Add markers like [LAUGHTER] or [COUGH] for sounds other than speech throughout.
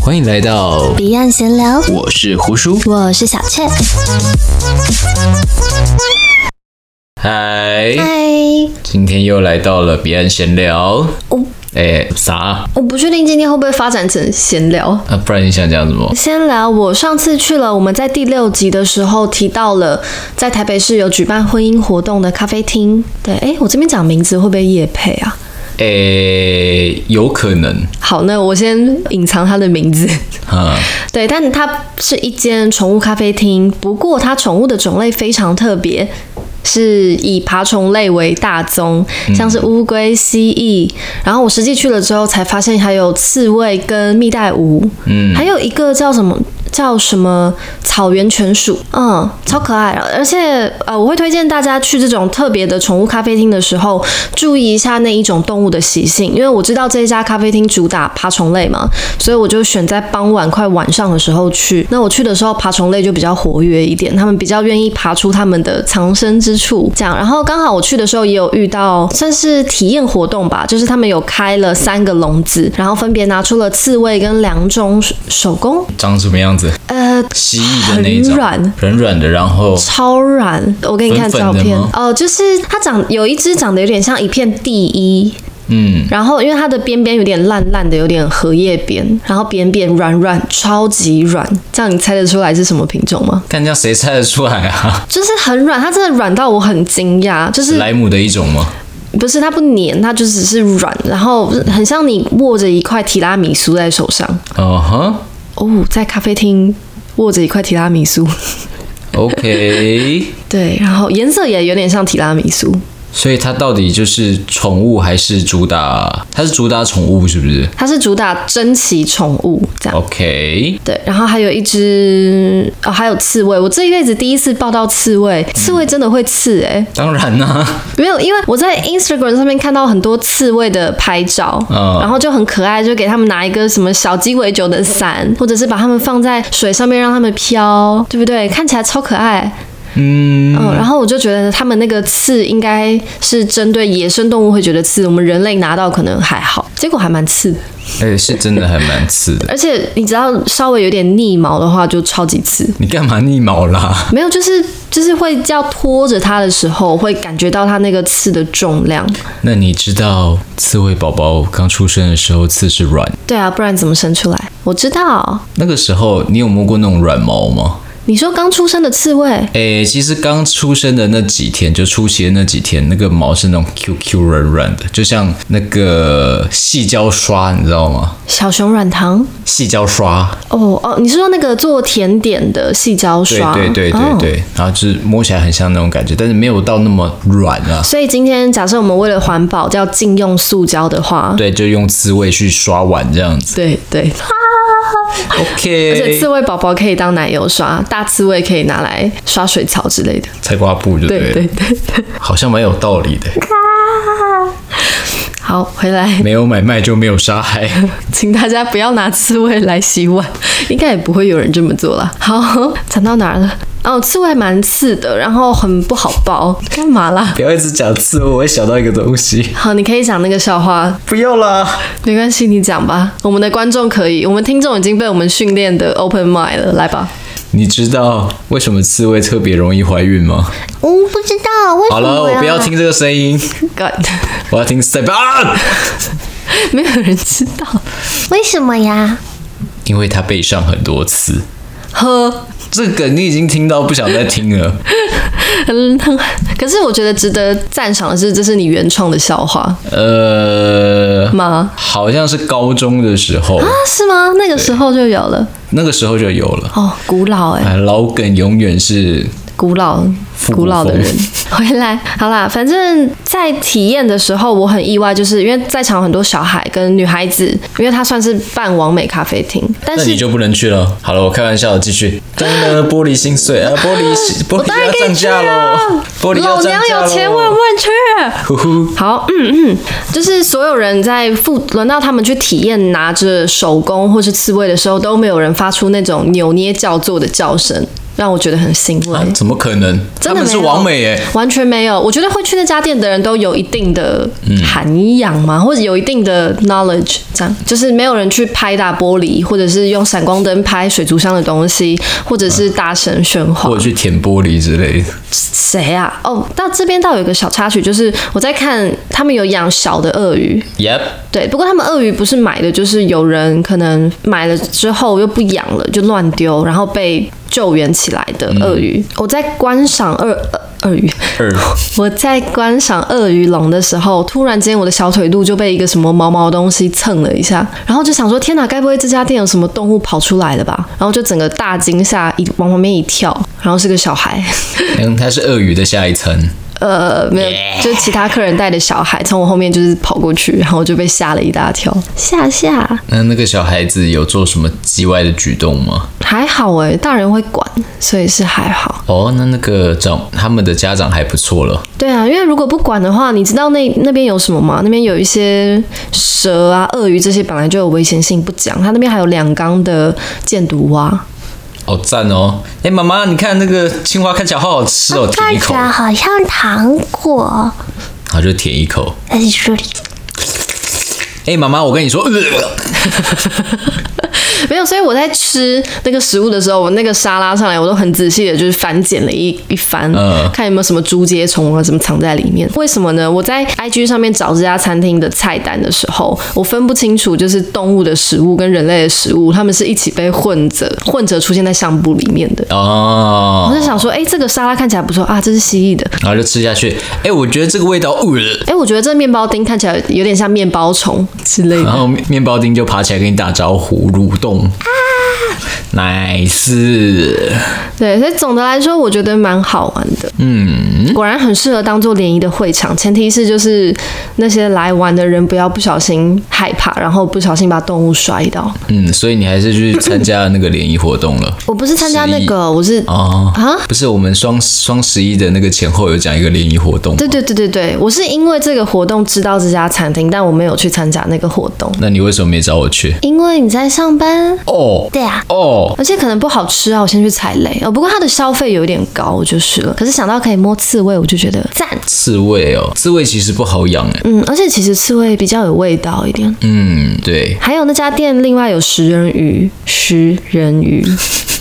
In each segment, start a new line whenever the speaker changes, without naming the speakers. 欢迎来到，
彼岸闲聊，
我是胡叔。
我是小雀。
嗨，
嗨，
今天又来到了彼岸闲聊。
我
哎，啥？
我不确定今天会不会发展成闲聊。
啊，不然你想讲什么？
先聊，我上次去了我们在第六集的时候提到了，在台北市有举办婚姻活动的咖啡厅。对，哎，我这边讲名字会不会夜配啊？
哎，有可能，
好，那我先隐藏它的名字。
哈，
对，但它是一间宠物咖啡厅，不过它宠物的种类非常特别，是以爬虫类为大宗，像是乌龟、蜥蜴。然后我实际去了之后才发现，还有刺猬跟蜜袋鼯，
嗯
还有一个叫什么？叫什么草原犬鼠，嗯，超可爱的。而且呃，我会推荐大家去这种特别的宠物咖啡厅的时候，注意一下那一种动物的习性，因为我知道这一家咖啡厅主打爬虫类嘛，所以我就选在傍晚快晚上的时候去。那我去的时候，爬虫类就比较活跃一点，他们比较愿意爬出他们的藏身之处，这样。然后刚好我去的时候也有遇到算是体验活动吧，就是他们有开了三个笼子，然后分别拿出了刺猬跟两种手工
长什么样子？
呃，
蜥蜴的那一种，
很软
软软的，然后
超软，我给你看
粉
照
粉的
片
吗
哦，就是它长有一只长得有点像一片地衣，
嗯，
然后因为它的边边有点烂烂的，有点荷叶边，然后扁扁软软，超级软，这样你猜得出来是什么品种吗？
看这样谁猜得出来啊？
就是很软，它真的软到我很惊讶，就是
莱姆的一种吗？
不是它不粘，它就只是软，然后很像你握着一块提拉米苏在手上
哦哈
哦，在咖啡厅握着一块提拉米苏，
，OK。
[LAUGHS]
[LAUGHS]
对，然后颜色也有点像提拉米苏，
所以它到底就是宠物还是主打？它是主打宠物是不是
它是主打珍奇宠物这样。
？OK，
对，然后还有一只哦，还有刺猬。我这一辈子第一次抱到刺猬，刺猬真的会刺欸诶、
当然啦、
没有，因为我在 Instagram 上面看到很多刺猬的拍照，
嗯
然后就很可爱，就给他们拿一个什么小鸡尾酒的伞，或者是把它们放在水上面让它们飘，对不对？看起来超可爱。
嗯，
嗯，然后我就觉得他们那个刺应该是针对野生动物会觉得刺，我们人类拿到可能还好，结果还蛮刺的。
哎、是真的还蛮刺的。
而且你只要稍微有点逆毛的话，就超级刺。
你干嘛逆毛啦？
没有，就是就是会要拖着它的时候，会感觉到它那个刺的重量。
那你知道刺猬宝宝刚出生的时候刺是软，
对啊，不然怎么生出来？我知道，
那个时候你有摸过那种软毛吗？
你说刚出生的刺猬，
哎、其实刚出生的那几天，就出血的那几天，那个毛是那种 Q Q 软软的，就像那个细胶刷，你知道吗？
小熊软糖。
细胶刷，
哦哦，你是说那个做甜点的细胶
对
刷？
对对对
哦
对，然后就是摸起来很像那种感觉，但是没有到那么软啊。
所以今天假设我们为了环保要禁用塑胶的话，
对，就用刺猬去刷碗这样子。
对对， [LAUGHS] 而且
OK，
刺猬宝宝可以当奶油刷，大刺猬可以拿来刷水草之类的。
菜瓜布就对了，
对对对，
好像蛮有道理的。
好，回来。
没有买卖就没有杀 [LAUGHS] 害。
请大家不要拿刺猬来洗碗，应该也不会有人这么做啦。好，讲到哪儿了？哦，刺猬蛮刺的，然后很不好抱，干嘛啦？
不要一直讲刺猬，我会想到一个东西。
好，你可以讲那个笑话，
不要啦，
没关系，你讲吧。我们的观众可以，我们听众已经被我们训练的 open mind 了，来吧。
你知道为什么刺猬特别容易怀孕吗？
嗯，不知道为
好了，我不要听这个声音，
God，
我要听 step on，
[LAUGHS] 没有人知道。
为什么呀？
因为它背上很多刺。
呵，
这个你已经听到不想再听了，
[LAUGHS] 很很，可是我觉得值得赞赏的是，这是你原创的笑话
呃，
吗？
好像是高中的时候，
啊，是吗？那个时候就有了
那个时候就有了。
哦，古老哎、
哎，老梗永远是
古老
复古
古老的人
风
[LAUGHS] 回来。好啦，反正在体验的时候，我很意外，就是因为在场很多小孩跟女孩子，因为它算是半完美咖啡厅，但
那
是
你就不能去了。好了，我开玩笑，继续。当然了，玻璃心碎啊，玻璃 [LAUGHS] 心，玻璃
当然
要
可以
涨价
去
喽
啊，
玻璃要
老
涨
娘
价
有钱万
喽
万。去。
呼呼，
好，嗯嗯，就是所有人在付轮到他们去体验拿着手工或是刺猬的时候，都没有人发出那种扭捏叫做的叫声。让我觉得很欣慰。
啊怎么可能？
真
他
的
们是
没有
王美哎，
完全没有，我觉得会去那家店的人都有一定的
嗯
涵养嘛，或者有一定的 knowledge，这样就是没有人去拍打玻璃，或者是用闪光灯拍水族箱的东西，或者
啊
是大声喧哗
或。者去舔玻璃之类的。
谁啊？哦，到这边倒有一个小插曲，就是我在看他们有养小的鳄鱼，
Yep，
对，不过他们鳄鱼不是买的，就是有人可能买了之后又不养了，就乱丢，然后被救援起来的鳄鱼。我在观赏鳄鳄鳄鱼， [LAUGHS]
二
我在观赏鳄鱼笼的时候，突然间我的小腿肚就被一个什么毛毛的东西蹭了一下，然后就想说：天哪，该不会这家店有什么动物跑出来了吧？然后就整个大惊吓，一往旁边一跳，然后是个小孩，
嗯，它是鳄鱼的下一层。
呃，没有，就是其他客人带的小孩从我后面就是跑过去，然后我就被吓了一大跳，吓吓。
那那个小孩子有做什么叽歪的举动吗？
还好哎、大人会管，所以是还好。
哦，那那个长他们的家长还不错了。
对啊，因为如果不管的话，你知道那那边有什么吗？那边有一些蛇啊、鳄鱼这些本来就有危险性，不讲。它那边还有两缸的箭毒蛙，
好赞哦！哎，妈妈，你看那个青蛙看起来好好吃哦，舔
啊看
一
起
口，
来好像糖果，
好就舔一口。
但是这里
哎，妈妈，我跟你说，呃
[LAUGHS] 没有。所以我在吃那个食物的时候，我那个沙拉上来，我都很仔细的，就是翻检了一一番，
嗯
看有没有什么竹节虫啊什么藏在里面。为什么呢？我在 IG 上面找这家餐厅的菜单的时候，我分不清楚就是动物的食物跟人类的食物，它们是一起被混着混着出现在相簿里面的。我
哦，
就想说，哎、这个沙拉看起来不错啊，这是蜥蜴的。
然后就吃下去。哎，我觉得这个味道，呃
哎、我觉得这面包丁看起来有点像面包虫之类
然
的。
后面包丁就爬起来跟你打招呼，蠕动。nice，
对，所以总的来说，我觉得蛮好玩的。嗯，果然很适合当做联谊的会场，前提是就是那些来玩的人不要不小心害怕，然后不小心把动物摔到。
嗯，所以你还是去参加那个联谊活动了
我不是参加那个，我是
哦。
啊。
不是，我们双双十一的那个前后有讲一个联谊活动，
对对对对对，我是因为这个活动知道这家餐厅，但我没有去参加那个活动，
那你为什么没找我去？
因为你在上班，
哦
对啊，
哦，
而且可能不好吃啊，我先去踩雷哦。不过它的消费有一点高就是了。可是想到可以摸刺猬，我就觉得赞。
刺猬哦，刺猬其实不好养哎。
嗯，而且其实刺猬比较有味道一点。
嗯，对，
还有那家店另外有食人鱼，食人 [LAUGHS] 鱼。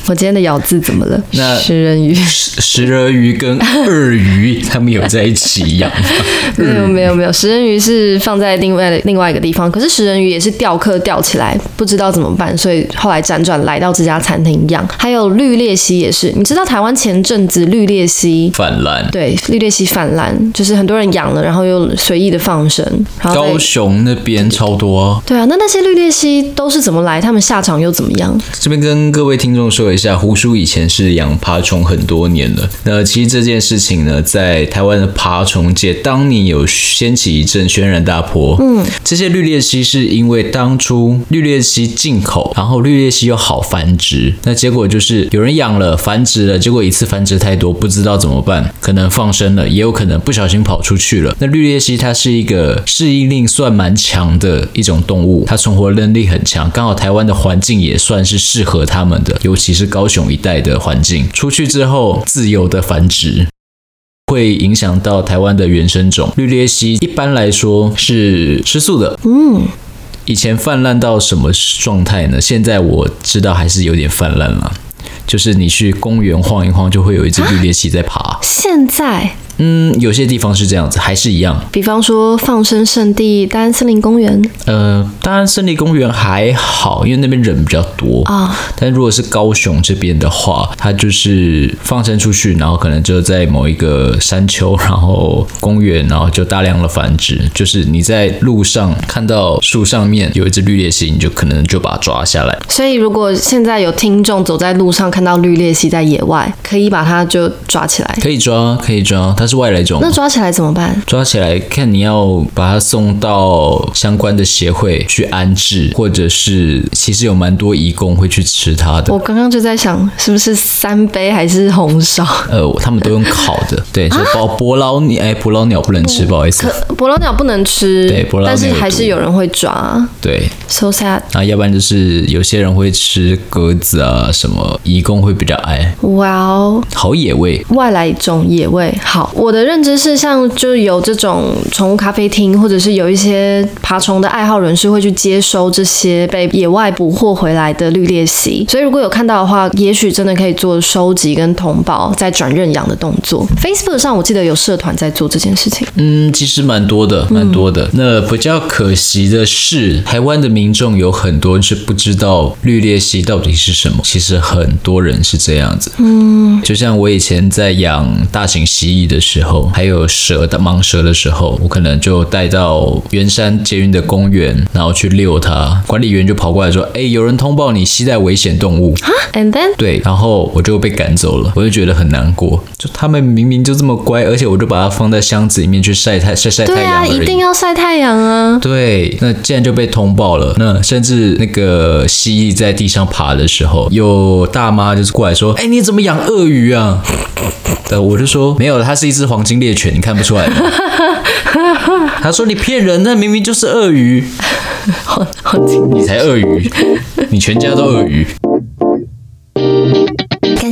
我今天的咬字怎么了？
那
食人鱼？
食食人鱼跟鳄鱼他们有在一起养吗， [LAUGHS]
没有没有没有，食人鱼是放在另外的另外一个地方，可是食人鱼也是钓客钓起来，不知道怎么办，所以后来辗转来到这家餐厅养。还有绿鬣蜥也是，你知道台湾前阵子绿鬣蜥
泛滥。
对，绿鬣蜥泛滥，就是很多人养了，然后又随意的放生，然后
高
再
雄那边超多哦、
对啊，那那些绿鬣蜥都是怎么来？它们下场又怎么样？
这边跟各位听众说一下，胡叔以前是养爬虫很多年了。那其实这件事情呢，在台湾的爬虫界，当年有掀起一阵轩然大波。嗯，这些绿鬣蜥是因为当初绿鬣蜥进口，然后绿鬣蜥又好繁殖，那结果就是有人养了繁殖了，结果一次繁殖太多，不知道怎么办，可能放生了，也有可能不小心跑出去了。那绿鬣蜥它是一个适应力算蛮强的一种动物，它存活能力很强，刚好台湾的环境也算是适合它们的，尤其是高雄一带的环境。出去之后自由的繁殖。会影响到台湾的原生种绿鬣蜥，一般来说是吃素的。嗯，以前泛滥到什么状态呢？现在我知道还是有点泛滥了，就是你去公园晃一晃，就会有一只绿鬣蜥在爬。
现在，
嗯，有些地方是这样子，还是一样。
比方说放生圣地大安森林公园
呃，当然胜利公园还好，因为那边人比较多。
啊、
但如果是高雄这边的话，它就是放生出去，然后可能就在某一个山丘，然后公园，然后就大量的繁殖。就是你在路上看到树上面有一只绿鬣蜥，你就可能就把它抓下来。
所以如果现在有听众走在路上看到绿鬣蜥在野外，可以把它就抓起来。
可以抓，可以抓，它是外来种
那。抓起来怎么办？
抓起来看你要把它送到相关的协会去安置，或者是其实有蛮多义工会去吃它的
我。刚刚就在想，是不是三杯还是红 [LAUGHS] 烧？
呃，他们都用烤的，对，
啊
所以包伯劳鸟，哎，伯劳鸟不能
哦
吃，不好意思，
伯劳鸟不能吃，
对伯劳鸟
但
有毒
是还是有人会抓
对，
，so sad。
啊，要不然就是有些人会吃鸽子啊，什么义工会比较爱，
哇哦，
好野味。
外来种野味。好，我的认知是，像就有这种宠物咖啡厅，或者是有一些爬虫的爱好人士会去接收这些被野外捕获回来的绿鬣蜥。所以如果有看到的话，也许真的可以做收集跟同胞再转认养的动作。Facebook 上我记得有社团在做这件事情。
嗯，其实蛮多的，蛮多的。那比较可惜的是，台湾的民众有很多是不知道绿鬣蜥到底是什么。其实很多人是这样子。嗯，就像我以前在养大型蜥蜴的时候，还有蛇的蟒蛇的时候，我可能就带到圆山捷运的公园，然后去遛它。管理员就跑过来说：“哎，有人通报你携带危险动物。”
And then
对，然后我就被赶走了，我就觉得很难过。就他们明明就这么乖，而且我就把它放在箱子里面去晒太晒晒太
对
阳
啊，
而已。
一定要晒太阳啊！
对，那既然就被通报了，那甚至那个蜥蜴在地上爬的时候，有大妈就是过来说：“哎，你怎么养鳄鱼啊？” [LAUGHS] 对，我就说没有，它是一只黄金猎犬，你看不出来吗。 [LAUGHS] 他说你骗人，那明明就是鳄鱼，
好好听。
你才鳄鱼，你全家都鳄鱼。
感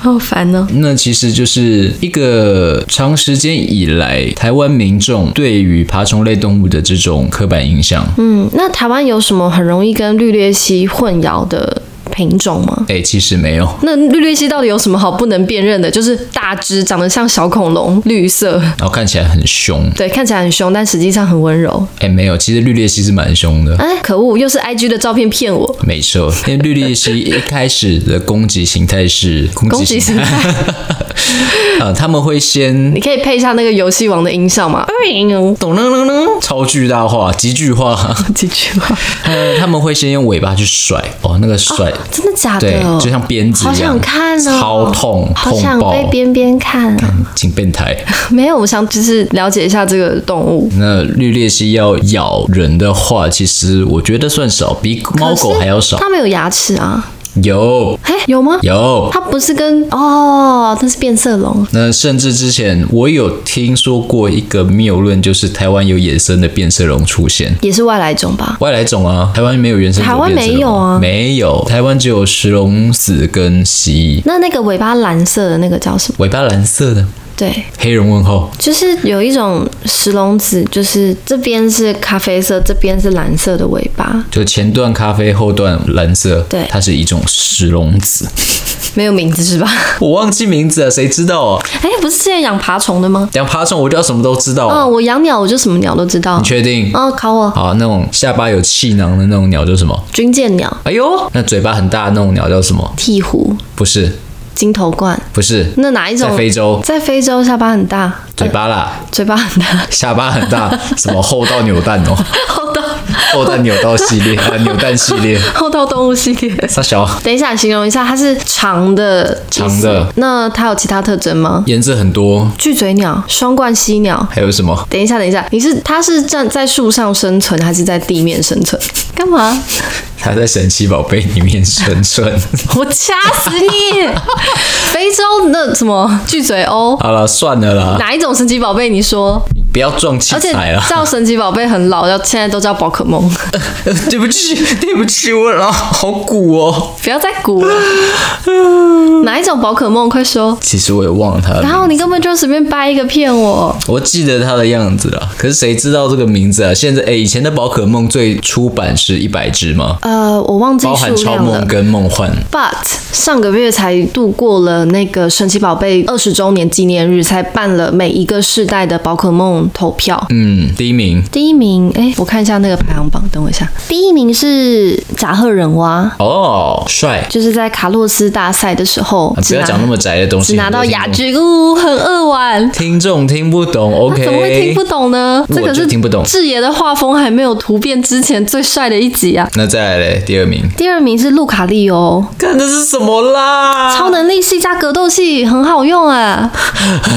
好烦哦。
那其实就是一个长时间以来台湾民众对于爬虫类动物的这种刻板印象。
嗯，那台湾有什么很容易跟绿鬣蜥混淆的品种吗？
哎、其实没有。
那绿鬣蜥到底有什么好不能辨认的？就是大只，长得像小恐龙，绿色，
然后看起来很凶，
对，看起来很凶，但实际上很温柔。
哎、没有，其实绿鬣蜥是蛮凶的，
哎，可恶，又是 IG 的照片骗我，
没错。因为绿鬣蜥一开始的攻击形态是攻
攻击
击
形
形态，
态。
[LAUGHS] 呃，他们会先
你可以配一下那个游戏王的音效吗？
咚咚咚咚，超巨大化、极巨
[LAUGHS]
化，
几句话，
呃，他们会先用尾巴去甩，哦，那个甩，
真的假的
对？，就像鞭子
好
一样，
想看哦，
超痛，
好
痛
想
爆，
被边
[LAUGHS]
边看。
挺变态。 [LAUGHS]
没有，我想就是了解一下这个动物。
那绿鬣蜥要咬人的话，其实我觉得算少，比猫狗还要少。
它没有牙齿啊？
有
哎，有吗？
有，
它不是跟哦，它是变色龙。
那甚至之前我有听说过一个谬论，就是台湾有野生的变色龙出现。
也是外来种吧？
外来种啊，台湾没有原生种
台湾
变色龙
没有啊
没有，台湾只有石龙子跟蜥蜴，
那那个尾巴蓝色的那个叫什么？
尾巴蓝色的
对，
黑人问号。
就是有一种石龙子，就是这边是咖啡色，这边是蓝色的尾巴，
就前段咖啡，后段蓝色，
对
它是一种石龙子， [LAUGHS]
没有名字是吧？
我忘记名字了，谁知道啊？
[LAUGHS] 哎，不是之前养爬虫的吗？
养爬虫我就要什么都知道啊、
哦，我养鸟，我就什么鸟都知道
你。确定？
哦，考我，
好，那种下巴有气囊的那种鸟叫什么？
军舰鸟、
哎呦，那嘴巴很大的那种鸟叫什么？
鹈鹕、
不是，
金头冠，
不是，
那哪一种？
在非洲，
在非洲下巴很大，
嘴巴啦，
嘴巴很大， [LAUGHS]
下巴很大，什么厚道扭蛋哦，厚道扭到系列 [LAUGHS] 啊，扭蛋系列，
后到动物系列。
傻小，
等一下，形容一下，它是长的，
长的。
那它有其他特征吗？
颜色很多，
巨嘴鸟、双冠犀鸟、
还有什么？
等一下，等一下，你是它是站在树上生存，还是在地面生存？干嘛？
它在神奇宝贝里面生存。
[LAUGHS] 我掐死你！非洲那什么巨嘴
[LAUGHS]
鸥，
好了，算了啦，
哪一种神奇宝贝？你说？
不要撞器
而且
材了。
叫神奇宝贝很老，叫现在都叫宝
[LAUGHS]
可梦，
对不起，对不起，我老好鼓哦。
不要再
[LAUGHS]
鼓了。哪一种宝可梦？快说！
其实我也忘了它的名
然
字
后你根本就随便掰一个骗我，
我记得它的样子啦，可是谁知道这个名字啊？现在哎，以前的宝可梦最初版是一百只吗？
呃，我忘记
包含
数
超
量了
梦。跟梦幻，
But 上个月才度过了那个神奇宝贝二十周年纪念日，才办了每一个世代的宝可梦动投票。
嗯，第一名
第一名，哎，我看一下那个排行榜，等我一下。第一名是扎赫忍蛙，
哦，帅、
就是在卡洛斯大赛的时候，
啊不要讲那么宅的东西，
只拿到
很多
亚
听众，
军，呜，很扼腕。
听众听不懂，OK，
怎么会听不懂呢？
我
这可
就是听不懂
志野的画风还没有突变之前最帅的一集啊！
那再来嘞，第二名，
第二名是路卡利哦欧，
看这是什么啦？
超能力系加格斗系很好用啊。 [LAUGHS]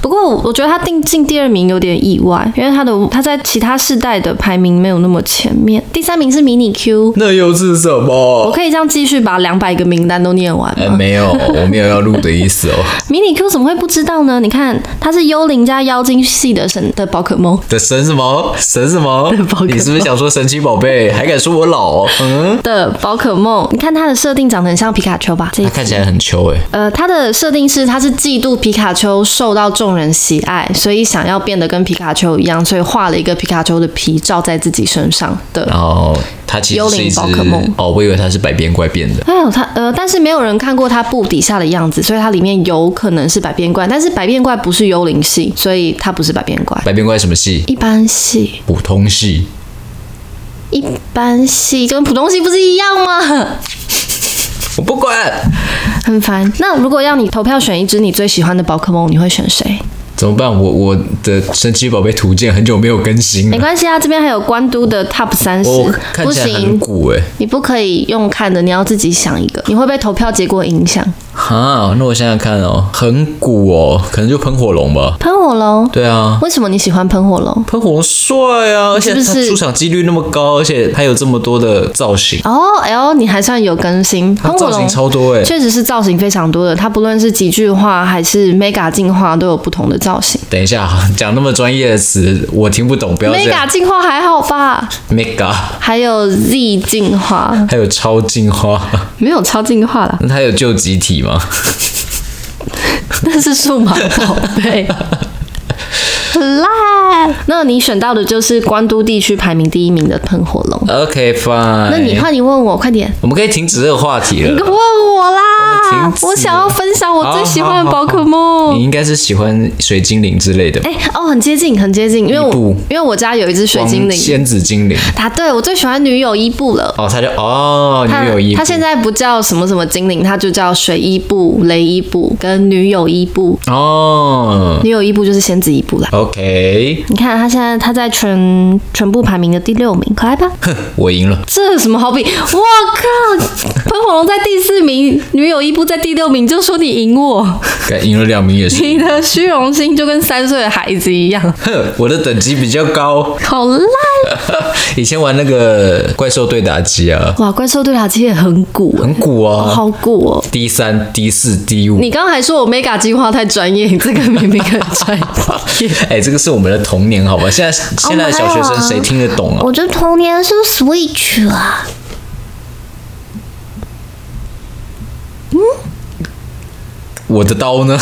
不过我觉得他定进第二名有点意外，因为他的他在其他世代的排名没有那么前面。第三名是迷你 Q，
那又是什
我
么？
可以这样继续把两百个名单都念完
呃，
吗？
没有，我没有要录的意思哦。
迷你 Q 怎么会不知道呢？你看，它是幽灵加妖精系的神的宝可梦
的神什么神什么
宝可？梦
你是不是想说神奇宝贝？还敢说我老、哦？嗯，
的宝可梦。你看它的设定长得很像皮卡丘吧？这一
他看起来很秋哎、
呃，它的设定是它是嫉妒皮卡丘受到众人喜爱，所以想要变得跟皮卡丘一样，所以画了一个皮卡丘的皮罩在自己身上的。
然后他其实
幽
是
灵
一只
宝可梦
哦，我以为他是百变怪变的。
还有它呃，但是没有人看过它布底下的样子，所以它里面有可能是百变怪，但是百变怪不是幽灵系，所以它不是百变怪。
百变怪什么系？
一般系，
普通系。
一般系跟普通系不是一样吗？
我不管，
很烦。那如果要你投票选一只你最喜欢的宝可梦，你会选谁？
怎么办？我我的神奇宝贝图鉴很久没有更新
没
了，
关系啊，这边还有关都的 Top 三十
我，看
不
起来很
行，
古哎、
你不可以用看的，你要自己想一个，你会被投票结果影响。
哈，那我想想看哦，很古哦，可能就喷火龙吧。
喷火龙，
对啊，
为什么你喜欢喷火龙？
喷火龙帅啊，而且
是不
他
是
出场几率那么高，而且他有这么多的造型，
哦，L，你还算有更新，
他
喷火
造型
龙。
超多哎、
确实是造型非常多的，它不论是极具化还是 mega 进化都有不同的造型。
等一下， [LAUGHS] 讲那么专业的词，我听不懂，不要这
mega
样。
进化还好吧？
mega
还有 Z 进化，
还有超进化， [LAUGHS]
没有超进化 [LAUGHS] 啦，
那它有救集体吗？
那是数码宝贝。很烂。那你选到的就是关都地区排名第一名的喷火龙。
OK fine。
那你，换你问我，快点。
我们可以停止这个话题
你
了。
问我啦
我停！止
我想要分享我最喜欢的宝可
你
梦。
应该是喜欢水精灵之类的，
哎、哦，很接近，很接近，因为我
伊布
因为我家有一只哎水精
光
灵。
仙子精灵。
答对，我最喜欢女友伊布了。
哦，他就哦，
他
女友一
他现在不叫什么什么精灵，他就叫水伊布、雷伊布跟女友伊布。
哦
女友伊布就是仙子伊布啦。
，OK，
你看他现在他在全全部排名的第六名，可
[LAUGHS]
爱吧？
我赢了。
这有什么好比？我靠，喷火龙在第四名，女友伊布在第六名，就说你赢我，
该赢了两名也
[LAUGHS]
是，
你的虚荣心就跟三岁的孩子一样，
哼，我的等级比较高。 [LAUGHS]
好烂！
以前玩那个怪兽对打机啊，
哇，怪兽对打机也很鼓、
很古啊，
好鼓哦。
D 三、D 四、D 五。
你刚刚还说我 mega 计划太专业，你这个明明很专业。
[LAUGHS] 哎、这个是我们的童年，好吧？现在现在的小学生谁听得懂啊？
我这童年是 Switch 啊，
我的刀呢？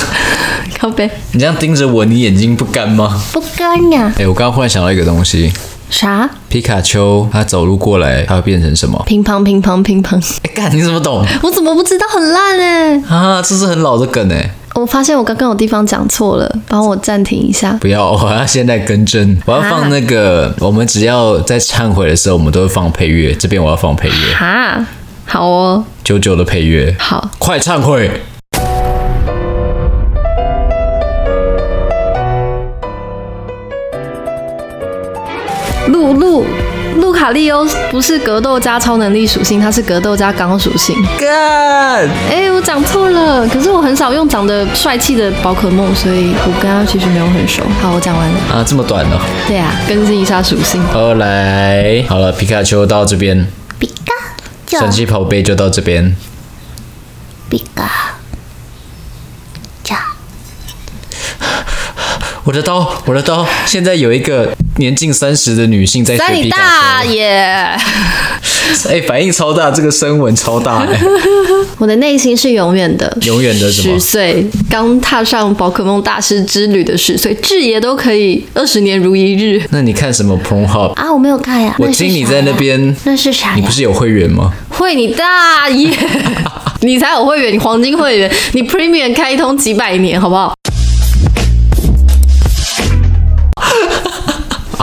靠背，
你这样盯着我，你眼睛不干吗？
不干呀、
哎、我刚刚忽然想到一个东西，
啥？
皮卡丘它走路过来，它会变成什么？
乒乓乒乓乒乓，
哎、干，你怎么懂
我怎么不知道？很烂哎、
啊？这是很老的梗哎、
我发现我刚刚有地方讲错了，帮我暂停一下。
不要，我要现在更正，我要放那个，我们只要在忏悔的时候，我们都会放配乐。这边我要放配乐，
哈，好哦，
九九的配乐，
好。
快忏悔！
路路路卡利欧不是格斗加超能力属性，它是格斗加刚属性。
干，
哎、我讲错了，可是我很少用长得帅气的宝可梦，所以我跟他其实没有很熟。好，我讲完了。
啊，这么短呢、
对啊，更新一下属性。
后来好了，皮卡丘到这边，
比嘎，叫
神奇宝贝就到这边。
比嘎，叫
我的刀，我的刀！现在有一个年近三十的女性在
在
学
你
皮
大
卡丘，
爷！
哎、反应超大，这个声纹超大、哎
我的内心是永远的，
永远的什么
十岁刚踏上宝可梦大师之旅的十岁，智爷都可以二十年如一日。
那你看什么 Pornhub？
啊，我没有看呀、
我
那是
听你
啥
在那
呀，
边，
那是啥
你
呀
不？是有会员吗？
会你大爷！你才有会员，你黄金会员，你 Premium 开通几百年，好不好？
啊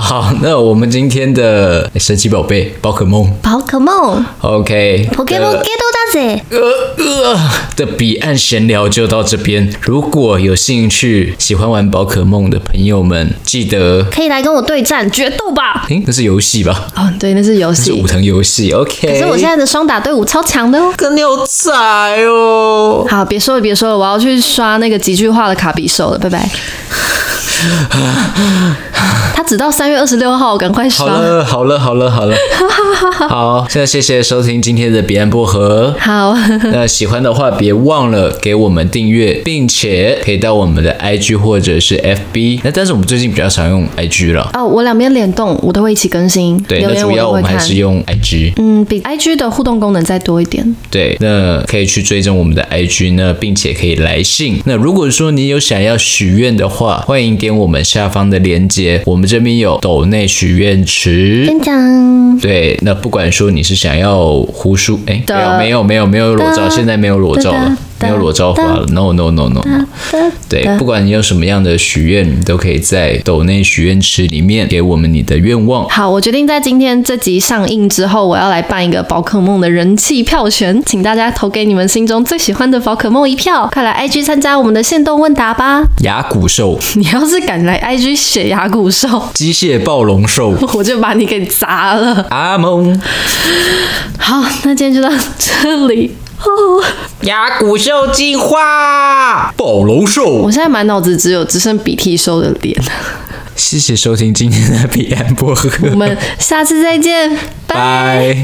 好，那我们今天的哎神奇宝贝宝可梦
宝可梦
OK
ポケモンゲットだぜ。
呃呃的彼岸闲聊就到这边。如果有兴趣喜欢玩宝可梦的朋友们，记得，
可以来跟我对战决斗吧！
诶，那是游戏吧？
哦，对，那是游
是
戏
武。藤游戏。OK。
可是我现在的双打队伍超强的哦。
真的有才哦。
[LAUGHS] 好，别说了，别说了，我要去刷那个极句化的卡比兽了，拜
[LAUGHS]
拜。他只到三月二十六号，赶快
好
刷。 [LAUGHS]
了，好了，好了，好了，好，现在谢谢收听今天的彼岸薄
[LAUGHS]
荷。
好，
那喜欢的话，别忘了给我们订阅，并且可以到我们的 IG 或者是 FB。那但是我们最近比较常用 IG 了，
哦，我两边联动，我都会一起更新，
对，
留
那
言
主
我
要
都
我
会
们还
看。
是用 IG。
嗯，比 IG 的互动功能再多一点。
对，那可以去追踪我们的 IG 呢，并且可以来信。那如果说你有想要许愿的话，欢迎点我们下方的链接，我们这边有斗内许愿池。
跟讲， [LAUGHS]
对，那不管说你是想要胡叔，哎，不
的
要，没有没有没有裸照，
的
现在没有裸照了，
的
没有裸照花了，no no no no no。对，不管你有什么样的许愿，你都可以在斗内许愿池里面给我们你的愿望。
好，我决定在今天这集上映之后，我要来办一个宝可梦的人气票选，请大家投给你们心中最喜欢的宝可梦一票，快来 IG 参加我们的限动问答吧！ [LAUGHS]
牙骨兽、
你要是敢来 IG 写牙骨兽，
机械暴龙兽、
我就把你给砸了。
阿蒙、
好，那今天就到这里。哦，
牙骨兽进化，暴龙兽
我。现在满脑子只有只剩鼻涕兽的脸。
谢谢收听今天的彼岸薄荷，
我们下次再见，拜。
拜。